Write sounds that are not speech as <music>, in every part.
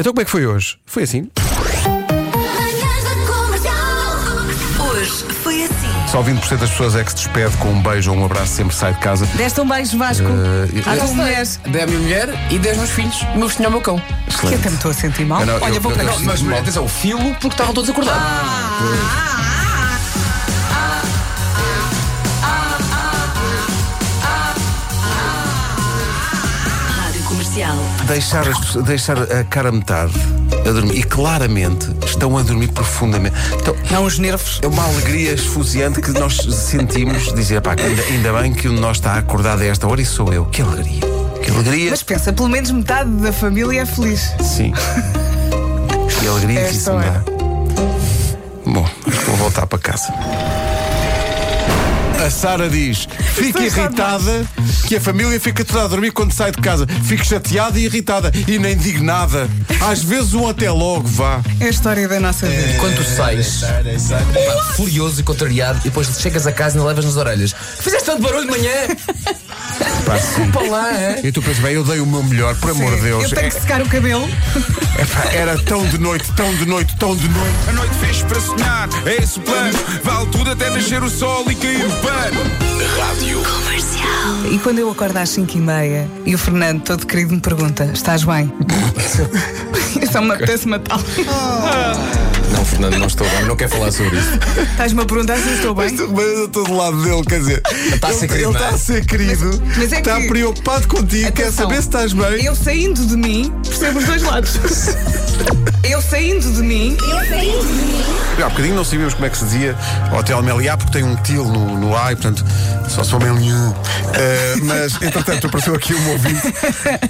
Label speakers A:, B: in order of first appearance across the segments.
A: Então como é que foi hoje? Foi assim.
B: Hoje foi assim.
A: Só 20% das pessoas é que se despede com um beijo ou um abraço sempre sai de casa.
C: Deste um beijo Vasco.
A: Eh,
C: à tua
A: eu-
C: mulher.
D: Dei à minha mulher e dei aos meus filhos. O meu filho é o meu cão.
C: Que eu até me estou a sentir mal.
A: Eu não-
C: Olha,
A: eu-
C: vou
A: eu-
C: para
A: não, mas-
D: atenção, filo porque estavam todos acordados.
B: Rádio Comercial.
A: Deixar, as pessoas- deixar a cara a metade a dormir. E claramente estão a dormir profundamente. Então,
C: Não os nervos.
A: é uma alegria esfuziante que nós sentimos dizer, pá, ainda, ainda bem que um de nós está acordado a esta hora e sou eu. Que alegria. Que alegria.
C: Mas pensa, pelo menos metade da família é feliz.
A: Sim.
C: <laughs>
A: é Que alegria que
C: Esta
A: isso
C: é.
A: me dá. Bom, acho que vou voltar para casa. A Sara diz: fico
C: Isso é
A: irritada que a família fica toda a dormir quando sai de casa. Fico chateada e irritada e nem digo nada. Às vezes um até logo vá.
C: É a história da nossa vida.
D: Quando tu sais, pá, furioso e contrariado, e depois chegas a casa e ainda levas nas orelhas. Fizeste tanto barulho de manhã! Desculpa lá, é?
A: E tu pensas, bem, eu dei o meu melhor, por amor de Deus.
C: Eu tenho que secar o cabelo.
A: Epá, Era tão de noite, tão de noite, tão de noite.
E: A noite fez para sonhar, é esse o plano. Vale tudo até nascer o sol e cair o pano.
C: E quando eu acordo às 5 e meia e o Fernando, todo querido, me pergunta: estás bem? Eu Só me apetece matá-lo.
D: Não, Fernando, não estou bem, não quero falar sobre isso.
C: Estás-me a perguntar se eu estou bem? tá
A: Mas eu estou do lado dele, quer dizer.
D: está a ser
A: ele-
D: querido,
A: Ele
D: não é?
A: está a ser querido.
C: Mas- mas é
A: está
C: que-
A: preocupado contigo, quer
C: Atenção.
A: saber se estás bem.
C: Eu saindo de mim, percebo os dois lados. Eu saindo de mim,
A: Há bocadinho não sabíamos como é que se dizia Hotel Meliá, porque tem um til no, no A e, portanto, só se for Meliá. Eh, mas, entretanto, apareceu aqui um
C: <laughs>
A: ouvinte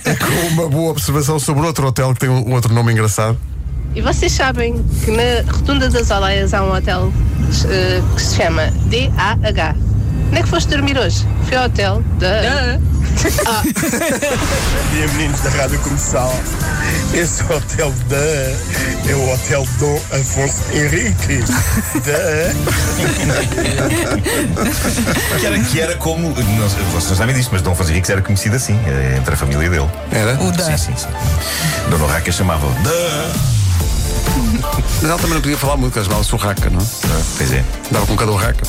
A: eh, com uma boa observação sobre outro hotel que tem um, um outro nome engraçado.
F: E vocês sabem que na Rotunda das Oleias há um hotel eh, que se chama DAH. Onde é que foste dormir hoje? Foi ao hotel da.
G: dia, meninos da Rádio Comercial. Esse hotel da é o Hotel Dom Afonso Henrique. Da.
H: Que era, que era como. Não, sei, vocês não sabem disto, mas Dom Fonseca era conhecido assim, eh, entre a família dele.
A: Era?
C: o da.
H: Sim, sim, sim. Dona Raca chamava da.
A: Mas ela também não podia falar muito, que ela chamava Surraca, não é?
D: Ah,
H: Pois é.
A: Dava com um bocado raca.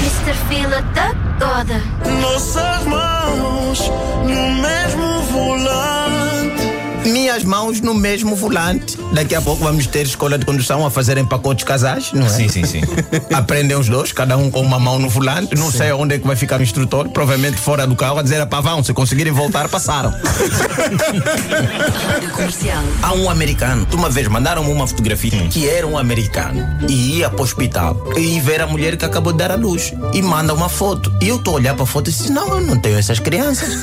I: Mr. Fila da Goda.
G: Nossas mãos no mesmo volante.
J: minhas mãos no mesmo volante. Daqui a pouco vamos ter escola de condução a fazerem pacotes casais, não é?
H: Sim, sim, sim.
J: <laughs> Aprendem os dois, cada um com uma mão no volante. Não sei onde é que vai ficar o instrutor, provavelmente fora do carro, a dizer: pá, vão, se conseguirem voltar, passaram.
B: Rádio Comercial.
J: Há um americano. Uma vez mandaram-me uma fotografia que era um americano e ia para o hospital e ver a mulher que acabou de dar à luz e manda uma foto. E eu estou a olhar para a foto e disse: Não, eu não tenho essas crianças.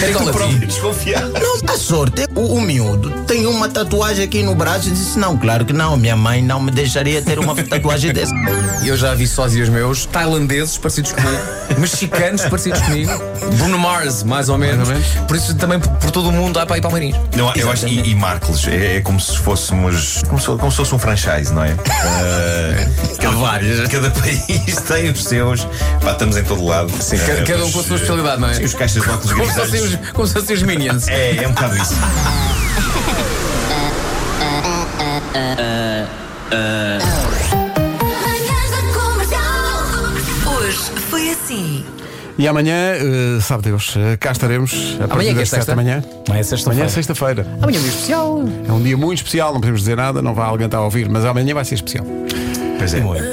D: Era igual a ti.
H: <laughs> Desconfiado.
J: Não, a sorte, o, o miúdo tem uma tatuagem aqui no braço e disse: Não, claro que não, minha mãe não me deixaria ter uma tatuagem dessa.
D: Eu já vi sósias meus, tailandeses parecidos comigo,
A: <laughs>
D: mexicanos parecidos comigo, Bruno Mars, mais ou menos. Por isso também por, por todo o mundo há para ir para o Marinho.
H: Não, eu acho, e, e Marcos, é, é como se fôssemos. Como se, como se fosse um
D: <laughs>
H: franchise, não é? Ah, cada, cada país <laughs> tem os seus. Pá, estamos em todo lado. Eh, Sim,
D: cada- cada um com a sua especialidade, não é?
H: Os caixas de óculos
D: Como se
H: grisalhos.
D: fossem os, como se fossem os Minions.
H: É, é um bocado isso.
I: Manhãs da comercial.
B: Hoje foi assim.
A: E amanhã, eh, sabe Deus, eh, cá estaremos a partir
D: é que é
A: das 7
D: sexta?
A: da manhã. Amanhã é sexta-feira. Amanhã é sexta-feira.
D: Amanhã é um dia especial.
A: É um dia muito especial, não podemos dizer nada, não vai alguém estar a ouvir, mas amanhã vai ser especial.
H: Pois é.